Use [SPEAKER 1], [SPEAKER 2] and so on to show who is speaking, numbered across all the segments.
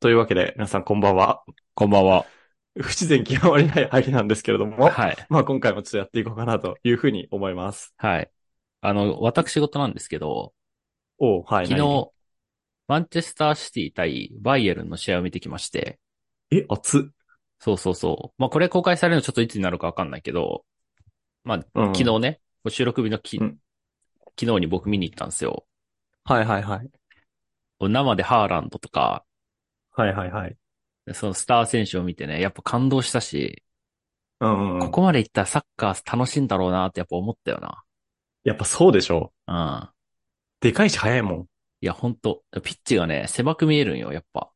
[SPEAKER 1] というわけで、皆さんこんばんは。
[SPEAKER 2] こんばんは。
[SPEAKER 1] 不自然極まりない入りなんですけれども、
[SPEAKER 2] はい。
[SPEAKER 1] まあ今回もちょっとやっていこうかなというふうに思います。
[SPEAKER 2] はい。あの、私事なんですけど、
[SPEAKER 1] おうはい。
[SPEAKER 2] 昨日、マンチェスターシティ対バイエルンの試合を見てきまして、
[SPEAKER 1] 何え、熱っ。
[SPEAKER 2] そうそうそう。まあ、これ公開されるのちょっといつになるかわかんないけど、まあ、
[SPEAKER 1] うん
[SPEAKER 2] 昨。日ね、収録日のき、
[SPEAKER 1] うん
[SPEAKER 2] 昨日に僕見に行ったんですよ。
[SPEAKER 1] はいはいはい。
[SPEAKER 2] 生でハーランドとか、
[SPEAKER 1] はいはいはい。
[SPEAKER 2] そのスター選手を見てね、やっぱ感動したし、
[SPEAKER 1] うんうんうん。
[SPEAKER 2] ここまで行ったらサッカー楽しいんだろうなってやっぱ思ったよ
[SPEAKER 1] やっぱそうでしょ
[SPEAKER 2] な。うん。
[SPEAKER 1] う。でかいし早いもん。
[SPEAKER 2] いや、ほんと、ピッチがね、狭く見えるんよ、やっぱ。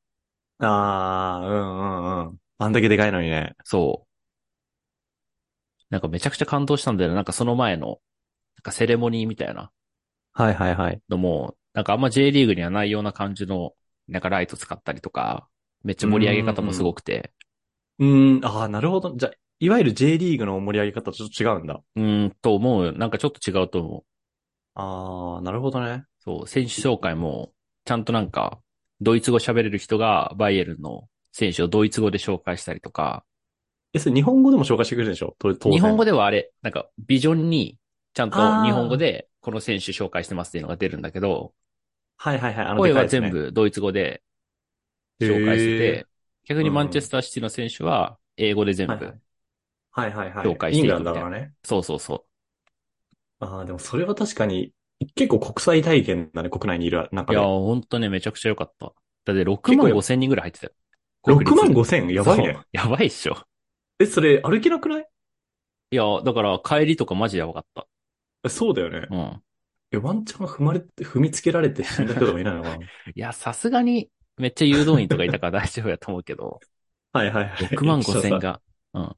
[SPEAKER 1] あー、うんうんうん。あんだけでかいのにね。
[SPEAKER 2] そう。なんかめちゃくちゃ感動したんだよね。なんかその前の、なんかセレモニーみたいな
[SPEAKER 1] はいはいはい。
[SPEAKER 2] のも、なんかあんま J リーグにはないような感じの、なんかライト使ったりとか、めっちゃ盛り上げ方もすごくて。
[SPEAKER 1] うーん、あー、なるほど。じゃあ、いわゆる J リーグの盛り上げ方とちょっと違うんだ。
[SPEAKER 2] うーん、と思うよ。なんかちょっと違うと思う。
[SPEAKER 1] あー、なるほどね。
[SPEAKER 2] そう、選手紹介も、ちゃんとなんか、ドイツ語喋れる人がバイエルンの選手をドイツ語で紹介したりとか、
[SPEAKER 1] え、それ日本語でも紹介してくれるでしょ当当然。
[SPEAKER 2] 日本語
[SPEAKER 1] で。
[SPEAKER 2] ではあれ、なんかビジョンに、ちゃんと日本語でこの選手紹介してますっていうのが出るんだけど、
[SPEAKER 1] はいはいはい。あの
[SPEAKER 2] 声
[SPEAKER 1] でかい
[SPEAKER 2] は
[SPEAKER 1] ですね
[SPEAKER 2] 全部ドイツ語で紹介して
[SPEAKER 1] へー
[SPEAKER 2] て、逆にマンチェスターシティの選手は英語で全
[SPEAKER 1] はいは
[SPEAKER 2] 部
[SPEAKER 1] い。はいはいはい。
[SPEAKER 2] 紹介してい
[SPEAKER 1] イン
[SPEAKER 2] く
[SPEAKER 1] グ
[SPEAKER 2] み
[SPEAKER 1] ラ
[SPEAKER 2] たい
[SPEAKER 1] ン
[SPEAKER 2] な
[SPEAKER 1] ドだからね。
[SPEAKER 2] そうそうそ
[SPEAKER 1] ああ、でもそれは確かに、結構国際体験だね、国内にいる
[SPEAKER 2] う。
[SPEAKER 1] 中
[SPEAKER 2] い
[SPEAKER 1] で。
[SPEAKER 2] やー、
[SPEAKER 1] 6
[SPEAKER 2] ほんとね、めちゃくちゃ良かった。だって6
[SPEAKER 1] 結
[SPEAKER 2] 万
[SPEAKER 1] 構よ
[SPEAKER 2] 5千人ぐらい入ってたよ。
[SPEAKER 1] 万
[SPEAKER 2] 5
[SPEAKER 1] 5千やばいね。。
[SPEAKER 2] やばいっしょ。
[SPEAKER 1] え、それ歩けなくない
[SPEAKER 2] いやー、だから帰りとかマジやばかった。
[SPEAKER 1] えそうだよね
[SPEAKER 2] う。ん。
[SPEAKER 1] え、ワンチャン踏まれて、踏みつけられて死んだ人とかいないのかな
[SPEAKER 2] いや、さすがにめっちゃ誘導員とかいたから大 丈夫やと思うけど、
[SPEAKER 1] はいはいはい。
[SPEAKER 2] 6万5 千
[SPEAKER 1] が。
[SPEAKER 2] が。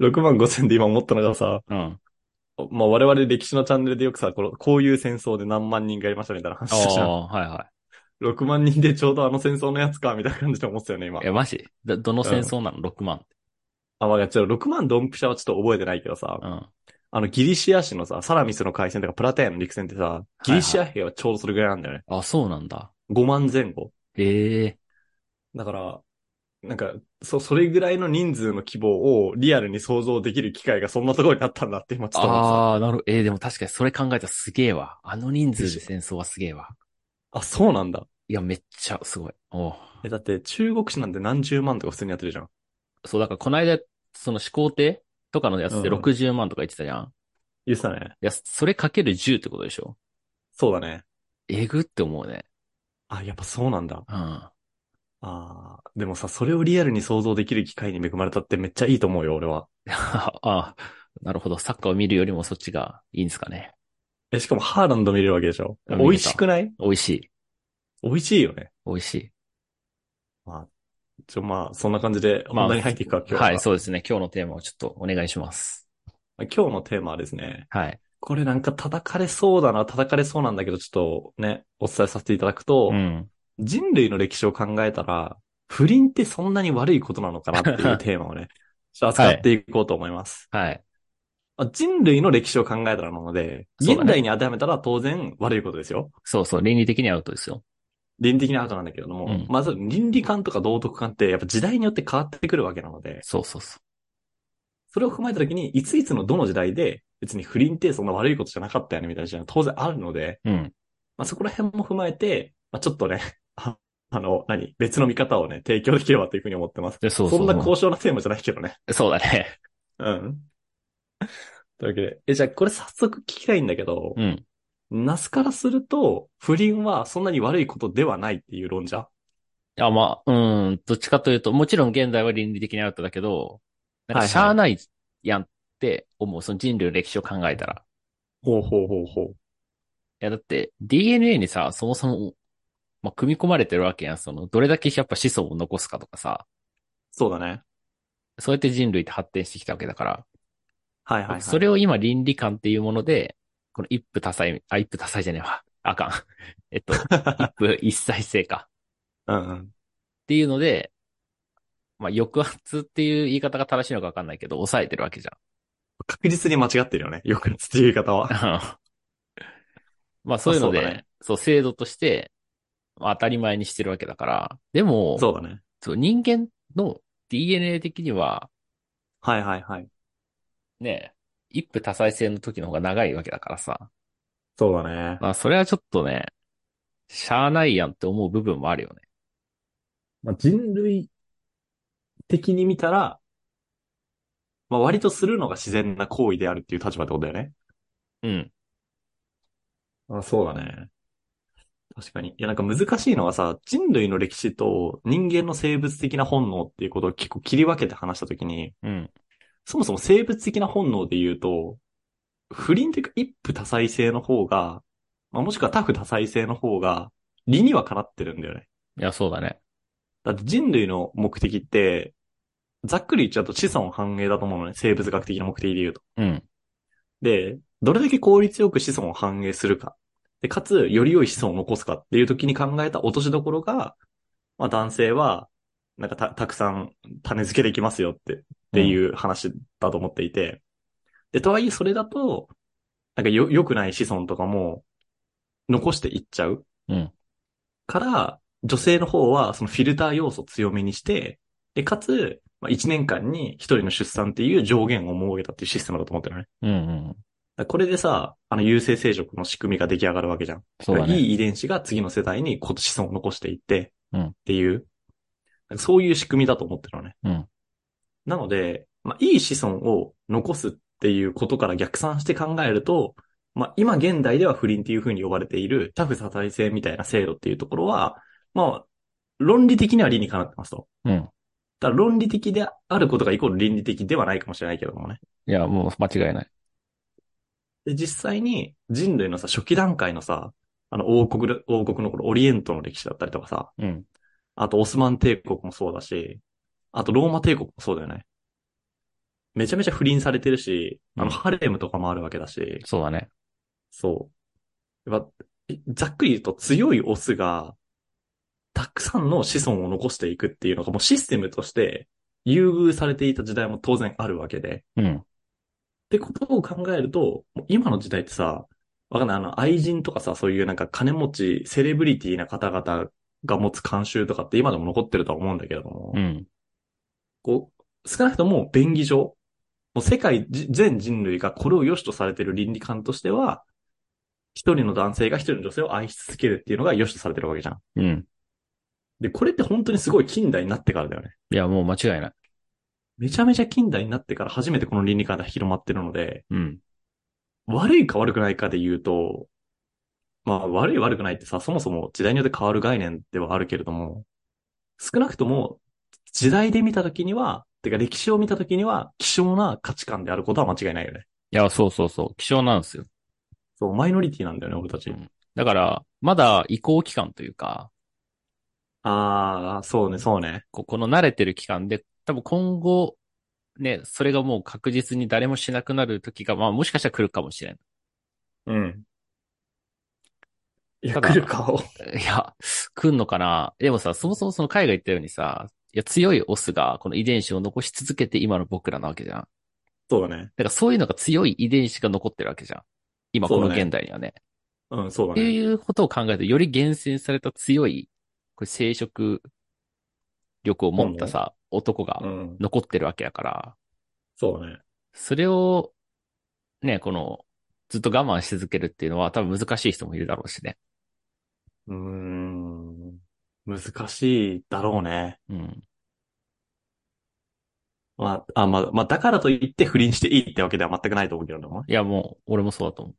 [SPEAKER 1] 6万5千で今思ったのがさ、
[SPEAKER 2] うん。
[SPEAKER 1] まあ我々歴史のチャンネルでよくさ、このこういう戦争で何万人がいましたみたいな話
[SPEAKER 2] あ
[SPEAKER 1] したじゃん。
[SPEAKER 2] あ、はいは
[SPEAKER 1] 6万人でちょうどあの戦争のやつか、みたいな感じで思ってたよね、今
[SPEAKER 2] い。え、。マジど、どの戦争なの ?6 万。
[SPEAKER 1] あ、まあ、ちょっと6万ドンピシャはちょっと覚えてないけどさ、
[SPEAKER 2] うん。
[SPEAKER 1] あの、ギリシア市のさ、サラミスの海戦とかプラテーンの陸戦ってさ、ギリシア兵はちょうどそれぐらいなんだよね。
[SPEAKER 2] あ、そうなんだ。
[SPEAKER 1] 5万前後。
[SPEAKER 2] ええ
[SPEAKER 1] だから、なんか、そ、それぐらいの人数の規模をリアルに想像できる機会がそんなところになったんだって今ちょっと思って
[SPEAKER 2] ああ、なるほど。えーでも確かにそれ考えたらすげえわ。あの人数で戦争はすげえわ。
[SPEAKER 1] た。あ、そうなんだ。
[SPEAKER 2] いや、めっちゃすごい。おう
[SPEAKER 1] え、だって中国市なんて何十万とか普通にやってるじゃん。
[SPEAKER 2] そう、だからこの間、その始皇帝とかのやつで
[SPEAKER 1] うん
[SPEAKER 2] 60万とか言ってたじゃん。い
[SPEAKER 1] 言ってたね。
[SPEAKER 2] や、それかける10ってことでしょ
[SPEAKER 1] そうだね。
[SPEAKER 2] えぐって思うね。
[SPEAKER 1] あ、やっぱそうなんだ。
[SPEAKER 2] うん。
[SPEAKER 1] あーでもさ、それをリアルに想像できる機会に恵まれたってめっちゃいいと思うよ、俺は。
[SPEAKER 2] ああ、なるほど。サッカーを見るよりもそっちがいいんですかね。
[SPEAKER 1] え、しかもハーランド見れるわけでしょ。
[SPEAKER 2] うん
[SPEAKER 1] 美味しくない
[SPEAKER 2] 美味しい。
[SPEAKER 1] 美味しいよね。
[SPEAKER 2] 美味しい。
[SPEAKER 1] ちょ、まあ、そんな感じで、本題に入っていくか、今日は。
[SPEAKER 2] はい、そうですね。今日のテーマをちょっとお願いします。
[SPEAKER 1] 今日のテーマはですね、
[SPEAKER 2] はい。
[SPEAKER 1] これなんか叩かれそうだな、叩かれそうなんだけど、ちょっとね、お伝えさせていただくと、
[SPEAKER 2] うん。
[SPEAKER 1] 人類の歴史を考えたら、不倫ってそんなに悪いことなのかなっていうテーマを ね、ちょっと扱っていこうと思います。
[SPEAKER 2] はい。
[SPEAKER 1] まあ人類の歴史を考えたらなので、
[SPEAKER 2] そうだね
[SPEAKER 1] 現代に当てはめたら当然悪いことですよ。
[SPEAKER 2] そうそう。倫理的にアウトですよ。
[SPEAKER 1] 倫理的なアウトなんだけれども、
[SPEAKER 2] うん
[SPEAKER 1] まず倫理観とか道徳観ってやっぱ時代によって変わってくるわけなので、
[SPEAKER 2] そうそうそう。
[SPEAKER 1] それを踏まえたときに、いついつのどの時代で、別に不倫ってそんな悪いことじゃなかったよね、みたいな時代は当然あるので、
[SPEAKER 2] うん。
[SPEAKER 1] まあ、そこら辺も踏まえて、まあ、ちょっとね、 ああの、何別の見方をね、提供できればというふうに思ってます。
[SPEAKER 2] でそ
[SPEAKER 1] そう
[SPEAKER 2] そう。
[SPEAKER 1] んな高尚なテーマじゃないけどね。
[SPEAKER 2] そうだね。
[SPEAKER 1] うん。というわけで、え、じゃあこれ早速聞きたいんだけど、
[SPEAKER 2] うん。
[SPEAKER 1] ナスからすると、不倫はそんなに悪いことではないっていう論者
[SPEAKER 2] あ、まあ、うん、どっちかというと、もちろん現代は倫理的にアウトだけど、なん
[SPEAKER 1] はいは
[SPEAKER 2] か
[SPEAKER 1] い
[SPEAKER 2] しゃあないやんって思う、その人類の歴史を考えたら。
[SPEAKER 1] ほうほうほうほう。
[SPEAKER 2] いや、だって DNA にさ、そもそも、まあ、組み込まれてるわけやん。その、どれだけやっぱ子孫を残すかとかさ、
[SPEAKER 1] そうだね。
[SPEAKER 2] そうやって人類って発展してきたわけだから、
[SPEAKER 1] はいはい、はい。
[SPEAKER 2] それを今倫理観っていうもので、この一夫多妻、あ、一夫多妻じゃねえわ。あかん。 え っと、一夫一妻制か。
[SPEAKER 1] うんうん。
[SPEAKER 2] っていうので、まあ、抑圧っていう言い方が正しいのかわかんないけど、抑えてるわけじ
[SPEAKER 1] 確実に間違ってるよね。抑圧っていう言い方は。
[SPEAKER 2] ゃん。まあ、そういうので、
[SPEAKER 1] ま
[SPEAKER 2] そう
[SPEAKER 1] あそうだね
[SPEAKER 2] 制度として、当たり前にしてるわけだから。で も、
[SPEAKER 1] そうだね。
[SPEAKER 2] そう人間の DNA 的には、
[SPEAKER 1] はいはいはい。
[SPEAKER 2] ね、一夫多妻制の時の方が長いわけだからさ。
[SPEAKER 1] そうだね。
[SPEAKER 2] まあ、それはちょっとね、しゃあないやんって思う部分もあるよね。
[SPEAKER 1] まあ、人類的に見たら、まあ割とするのが自然な行為であるっていう立場ってことだよね。
[SPEAKER 2] うん。
[SPEAKER 1] あ、そうだね。確かに。いや、なんか難しいのはさ、人類の歴史と人間の生物的な本能っていうことを結構切り分けて話したときに、
[SPEAKER 2] うん。
[SPEAKER 1] そもそも生物的な本能で言うと、不倫というか一夫多妻制の方が、まあ、もしくは多夫多妻制の方が、理にはかなってるんだよね。
[SPEAKER 2] いや、そうだね。
[SPEAKER 1] だって人類の目的って、ざっくり言っちゃうと子孫繁栄だと思うのね。生物学的な目的で言うと。
[SPEAKER 2] うん。
[SPEAKER 1] で、どれだけ効率よく子孫を繁栄するか。で、かつ、より良い子孫を残すかっていう時に考えた落としどころが、まあ男性は、なんかた、たくさん種付けできますよって、っていう話だと思っていて。で、とはいえそれだと、なんかよ、良くない子孫とかも、残していっちゃう。
[SPEAKER 2] うん。
[SPEAKER 1] から、女性の方はそのフィルター要素強めにして、で、かつ、まあ1年間に1人の出産っていう上限を設けたっていうシステムだと思ってるのね。
[SPEAKER 2] うんうん。
[SPEAKER 1] だからこれでさ、あの、優性生殖の仕組みが出来上がるわけじゃん。
[SPEAKER 2] そうだね。
[SPEAKER 1] いい遺伝子が次の世代にこ子孫を残していって、
[SPEAKER 2] うん
[SPEAKER 1] っていう、なんかそういう仕組みだと思ってるのね。
[SPEAKER 2] うん
[SPEAKER 1] なので、まあ、いい子孫を残すっていうことから逆算して考えると、まあ、今現代では不倫っていう風に呼ばれているタフ多体性みたいな制度っていうところは、まあ、論理的には理にかなってますと。
[SPEAKER 2] う
[SPEAKER 1] だ
[SPEAKER 2] ん。
[SPEAKER 1] から論理的であることがイコール倫理的ではないかもしれないけどもね。
[SPEAKER 2] いや、もう間違いない。
[SPEAKER 1] で、実際に人類のさ、初期段階のさ、あの、王国で、王国のこのオリエントの歴史だったりとかさ、
[SPEAKER 2] うん。
[SPEAKER 1] あとオスマン帝国もそうだし、あとローマ帝国もそうだよね。めちゃめちゃ不倫されてるし、あ
[SPEAKER 2] うん
[SPEAKER 1] の、ハレムとかもあるわけだし、
[SPEAKER 2] そうだね。
[SPEAKER 1] そう。やっぱ、いざっくり言うと強いオスが、たくさんの子孫を残していくっていうのがもうシステムとして優遇されていた時代も当然あるわけで、
[SPEAKER 2] うん。
[SPEAKER 1] ってことを考えると、もう今の時代ってさ、わかんない、あの、愛人とかさ、そういうなんか金持ち、セレブリティな方々が持つ慣習とかって今でも残ってるとは思うんだけれども、
[SPEAKER 2] うん。
[SPEAKER 1] こう、少なくとも便宜上、もう世界じ全人類がこれを良しとされてる倫理観としては、一人の男性が一人の女性を愛し続けるっていうのが良しとされてるわけじゃん。
[SPEAKER 2] うん。
[SPEAKER 1] で、これって本当にすごい近代になってからだよね。
[SPEAKER 2] いや、もう間違いない。
[SPEAKER 1] めちゃめちゃ近代になってから初めてこの倫理観が広まってるので、
[SPEAKER 2] うん。
[SPEAKER 1] 悪いか悪くないかで言うと、まあ悪い悪くないってさ、そもそも時代によって変わる概念ではあるけれども、少なくとも時代で見たときには、てか歴史を見たときには希少な価値観であることは間違いないよね。
[SPEAKER 2] いや、そうそうそう。希少なんですよ。
[SPEAKER 1] そう、マイノリティなんだよね、俺たち。
[SPEAKER 2] うんだから、まだ移行期間というか、
[SPEAKER 1] ああ、そうね、そうね。
[SPEAKER 2] ここの慣れてる期間で、多分今後、ね、それがもう確実に誰もしなくなる時が、まあもしかしたら来るかもしれん。
[SPEAKER 1] うん。いや、
[SPEAKER 2] ただ
[SPEAKER 1] 来るかを。
[SPEAKER 2] いや、来んのかなでもさ、そもそもその海外行ったようにさ、いや、強いオスがこの遺伝子を残し続けて今の僕らなわけじゃん。だか
[SPEAKER 1] そうだね。
[SPEAKER 2] らそういうのが強い遺伝子が残ってるわけじゃん。今この
[SPEAKER 1] そうだね
[SPEAKER 2] 現代にはね。
[SPEAKER 1] うん、そう
[SPEAKER 2] っ
[SPEAKER 1] だ
[SPEAKER 2] て
[SPEAKER 1] ね。
[SPEAKER 2] いうことを考えると、より厳選された強い、これ生殖力を持ったさ、男が
[SPEAKER 1] うん、
[SPEAKER 2] 残ってるわけだから、
[SPEAKER 1] そうだね。
[SPEAKER 2] それを、ね、この、ずっと我慢し続けるっていうのは多分難しい人もいるだろうしね。
[SPEAKER 1] うーん。難しいだろうね。
[SPEAKER 2] うん。
[SPEAKER 1] まあ、あ、まあ、まあ、だからといって不倫していいってわけでは全くないと思うけれどもね。
[SPEAKER 2] いや、もう、俺もそうだと思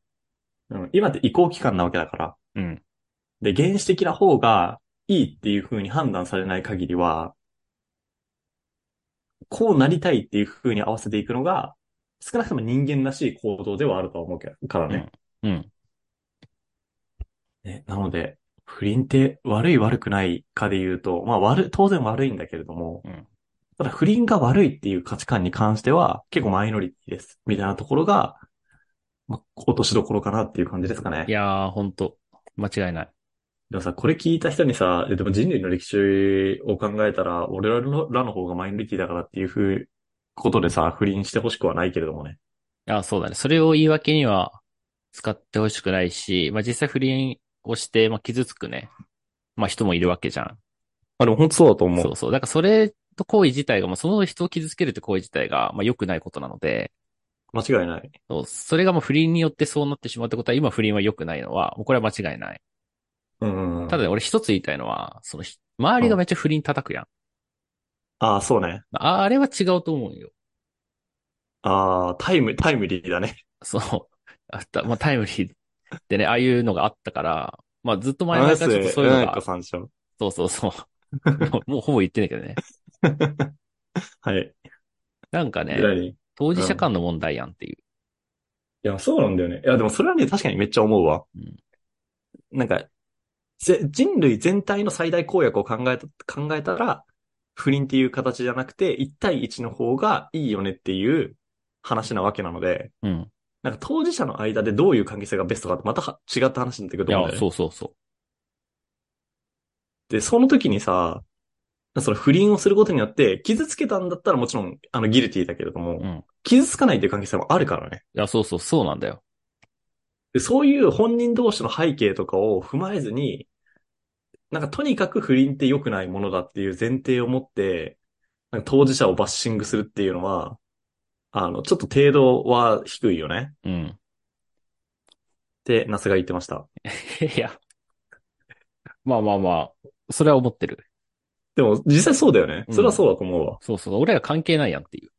[SPEAKER 1] うん。今って移行期間なわけだから。
[SPEAKER 2] う。うん。
[SPEAKER 1] で、原始的な方がいいっていう風に判断されない限りは、こうなりたいっていう風に合わせていくのが、少なくとも人間らしい行動ではあるとは思うけどからね。
[SPEAKER 2] うん。
[SPEAKER 1] ねなので、不倫って悪い悪くないかで言うと、まあ悪い、当然悪いんだけれども、
[SPEAKER 2] うん。
[SPEAKER 1] ただ不倫が悪いっていう価値観に関しては、結構マイノリティです。みたいなところが、まあ、落としどころかなっていう感じですかね。
[SPEAKER 2] いやー、ほんと、間違いない。
[SPEAKER 1] でもさ、これ聞いた人にさ、えでも人類の歴史を考えたら、俺らのらの方がマイノリティだからっていうふう、ことでさ、不倫してほしくはないけれどもね。
[SPEAKER 2] いや、そうだね。それを言い訳には使ってほしくないし、まあ、実際不倫をして、まあ、傷つくね、まあ人もいるわけじゃん。
[SPEAKER 1] あ、でも本当そうだと思う。
[SPEAKER 2] そうそう。だからそれと行為自体が、もうその人を傷つけるって行為自体が、まあ良くないことなので、
[SPEAKER 1] 間違いない。
[SPEAKER 2] そうそれがもう不倫によってそうなってしまうってことは、今不倫は良くないのは、もうこれは間違いない。
[SPEAKER 1] うんうんうん。
[SPEAKER 2] ただね、俺一つ言いたいのは、その、ひ周りがめっちゃ不倫叩くやん。
[SPEAKER 1] ああ、そうね。
[SPEAKER 2] ああれは違うと思うよ。
[SPEAKER 1] ああ、タイム、タイムリーだね。
[SPEAKER 2] そう。あった、まあタイムリーでね、ああいうのがあったから、まあずっと前々からちょっとそういうの
[SPEAKER 1] な
[SPEAKER 2] が
[SPEAKER 1] んか、さんでしょ
[SPEAKER 2] そうそうそう。 もうもうほぼ言ってないけどね。
[SPEAKER 1] はい。
[SPEAKER 2] なんかね、
[SPEAKER 1] 何い
[SPEAKER 2] 当事者間の問題やんっていう。
[SPEAKER 1] や、そうなんだよね。いや、でもそれはね、確かにめっちゃ思うわ。
[SPEAKER 2] うん
[SPEAKER 1] なんか、ぜ人類全体の最大公約を考えた、考えたら、不倫っていう形じゃなくて、1対1の方がいいよねっていう話なわけなので、
[SPEAKER 2] うん。
[SPEAKER 1] なんか当事者の間でどういう関係性がベストかってまたは違った話になってくる
[SPEAKER 2] い
[SPEAKER 1] と思うんだよ
[SPEAKER 2] や、
[SPEAKER 1] ね。
[SPEAKER 2] そうそうそ
[SPEAKER 1] で、その時にさ、その不倫をすることによって、傷つけたんだったらもちろん、あの、ギルティだけれども、
[SPEAKER 2] う。うん。
[SPEAKER 1] 傷つかないという関係性もあるからね。
[SPEAKER 2] いや、そうそう、そうなんだよ。
[SPEAKER 1] で、そういう本人同士の背景とかを踏まえずに、なんかとにかく不倫って良くないものだっていう前提を持って、なんか当事者をバッシングするっていうのは、あの、ちょっと程度は低いよね。っ
[SPEAKER 2] うん。
[SPEAKER 1] て、ナスが言ってました。
[SPEAKER 2] いや。まあまあまあ、それは思ってる。
[SPEAKER 1] でも、実際そうだよね。
[SPEAKER 2] うん
[SPEAKER 1] それはそうだと思うわ。
[SPEAKER 2] そうそう、俺ら関係ないやんっていう。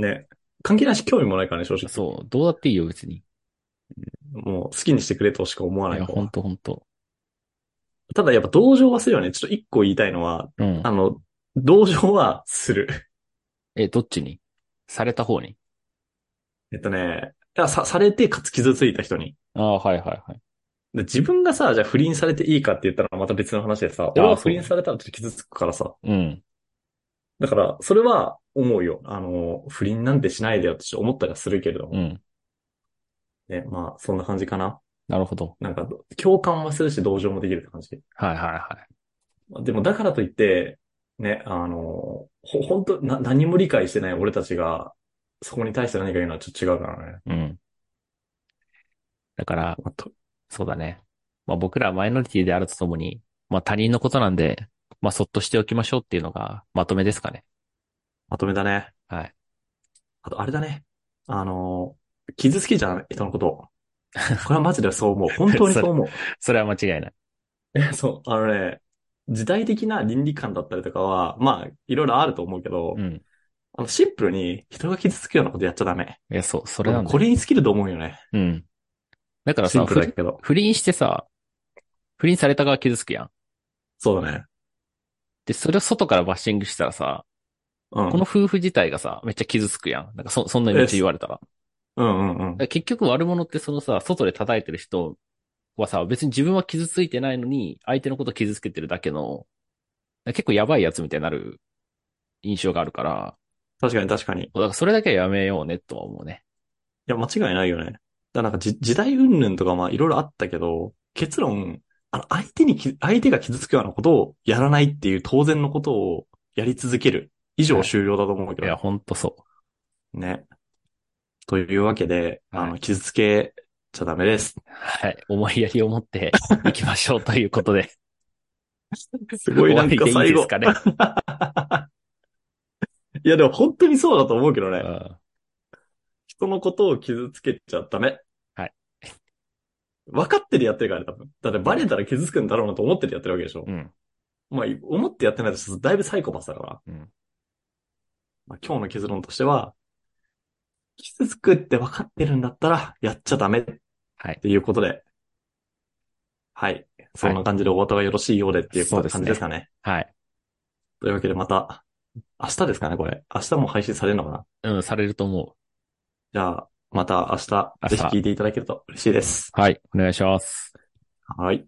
[SPEAKER 1] ね。関係ないし興味もないからね、正直。
[SPEAKER 2] そう、どうだっていいよ、別に。
[SPEAKER 1] もう好きにしてくれとしか思わないい
[SPEAKER 2] や、
[SPEAKER 1] から
[SPEAKER 2] ほんとほんと。
[SPEAKER 1] ただやっぱ同情はするよね。ちょっと一個言いたいのは、
[SPEAKER 2] うん
[SPEAKER 1] あ。の、同情はする。
[SPEAKER 2] え、どっちにされた方に
[SPEAKER 1] えっとね、いやさ、されてかつ傷ついた人に。
[SPEAKER 2] ああ、はいはいはい。
[SPEAKER 1] で自分がさ、じゃあ不倫されていいかって言ったらまた別の話でさ、俺は不倫されたらちょっと傷つくからさ。
[SPEAKER 2] うん。
[SPEAKER 1] だから、それは思うよ。あの、不倫なんてしないでよってちょっと思ったりはするけれど
[SPEAKER 2] う
[SPEAKER 1] も。
[SPEAKER 2] ん。
[SPEAKER 1] ね、まあ、そんな感じかな。
[SPEAKER 2] なるほど。
[SPEAKER 1] なんか、共感はするし同情もできるって感じ。
[SPEAKER 2] はいはいはい。
[SPEAKER 1] でもだからといって、ね、あの、ほ、本当な、何も理解してない俺たちが、そこに対して何か言うのはちょっと違うからね。
[SPEAKER 2] うん。だから、
[SPEAKER 1] まあと
[SPEAKER 2] そうだね。まあ僕らはマイノリティであるとともに、まあ他人のことなんで、まあそっとしておきましょうっていうのがまとめですかね。
[SPEAKER 1] まとめだね。
[SPEAKER 2] はい。
[SPEAKER 1] あと、あれだね。あの、傷つけちゃう人の こと。これはマジでそう思う。本当にそう思う。
[SPEAKER 2] それは間違いな い。
[SPEAKER 1] そう、あのね、時代的な倫理観だったりとかは、まあ、いろいろあると思うけど、
[SPEAKER 2] うん。
[SPEAKER 1] あのシンプルに人が傷つくようなことやっちゃダメ。
[SPEAKER 2] いや、そう、それなんだよ。
[SPEAKER 1] これに尽きると思うよね。
[SPEAKER 2] うん。だから
[SPEAKER 1] シ
[SPEAKER 2] さ、
[SPEAKER 1] ンプル
[SPEAKER 2] 不
[SPEAKER 1] だ
[SPEAKER 2] 倫
[SPEAKER 1] けど。
[SPEAKER 2] 不倫してさ、不倫された側傷つくやん。
[SPEAKER 1] そうだね。
[SPEAKER 2] で、それを外からバッシングしたらさ、
[SPEAKER 1] うん。
[SPEAKER 2] この夫婦自体がさ、めっちゃ傷つくやん。なんかそ、そんなにめっちゃ言われたら。
[SPEAKER 1] うんうんうん
[SPEAKER 2] だか。ら結局悪者ってそのさ、外で叩いてる人はさ、別に自分は傷ついてないのに、相手のこと傷つけてるだけの、だから結構やばいやつみたいになる印象があるから、
[SPEAKER 1] 確かに確かに。い
[SPEAKER 2] だからそれだけはやめようねとは思うね。
[SPEAKER 1] や、間違いないよね。だからなんかじ時代云々とかまあいろいろあったけど、結論、あの、相手にき、相手が傷つくようなことをやらないっていう当然のことをやり続ける。以上終了だと思うけ
[SPEAKER 2] い
[SPEAKER 1] ど。
[SPEAKER 2] や、ほんとそ
[SPEAKER 1] ね。というわけで、あ
[SPEAKER 2] は
[SPEAKER 1] の、傷つけちゃダメです
[SPEAKER 2] う。。はい。思いやりを持 っていきましょうということで。
[SPEAKER 1] すごいなんか
[SPEAKER 2] 終わ
[SPEAKER 1] 最
[SPEAKER 2] りでいいで
[SPEAKER 1] 後
[SPEAKER 2] す。かね。
[SPEAKER 1] いや、でも本当にそうだと思うけど
[SPEAKER 2] う
[SPEAKER 1] ね。
[SPEAKER 2] ん
[SPEAKER 1] 人のことを傷つけちゃダメ。
[SPEAKER 2] はい。
[SPEAKER 1] 分かってるやってるからね、多分。だってバレたら傷つくんだろうなと思ってるやってるわけでしょ
[SPEAKER 2] う。ん。
[SPEAKER 1] まあ、思ってやってないとちょっとだいぶサイコパスだから。
[SPEAKER 2] うん
[SPEAKER 1] まあ、今日の結論としては、傷つくって分かってるんだったら、やっちゃダメっ
[SPEAKER 2] はい。
[SPEAKER 1] ていうことで。はい。そんな感じでお渡がよろしいようでっていう
[SPEAKER 2] そう
[SPEAKER 1] 感
[SPEAKER 2] ですね
[SPEAKER 1] じですかね。
[SPEAKER 2] はい。
[SPEAKER 1] というわけでまた、明日ですかね、これ。明日も配信されるのかな
[SPEAKER 2] うん、されると思
[SPEAKER 1] じゃあ、また明日
[SPEAKER 2] 明、
[SPEAKER 1] ぜ
[SPEAKER 2] 日
[SPEAKER 1] ひ聞いていただけると嬉しいです。
[SPEAKER 2] う。はい。お願いします。
[SPEAKER 1] はい。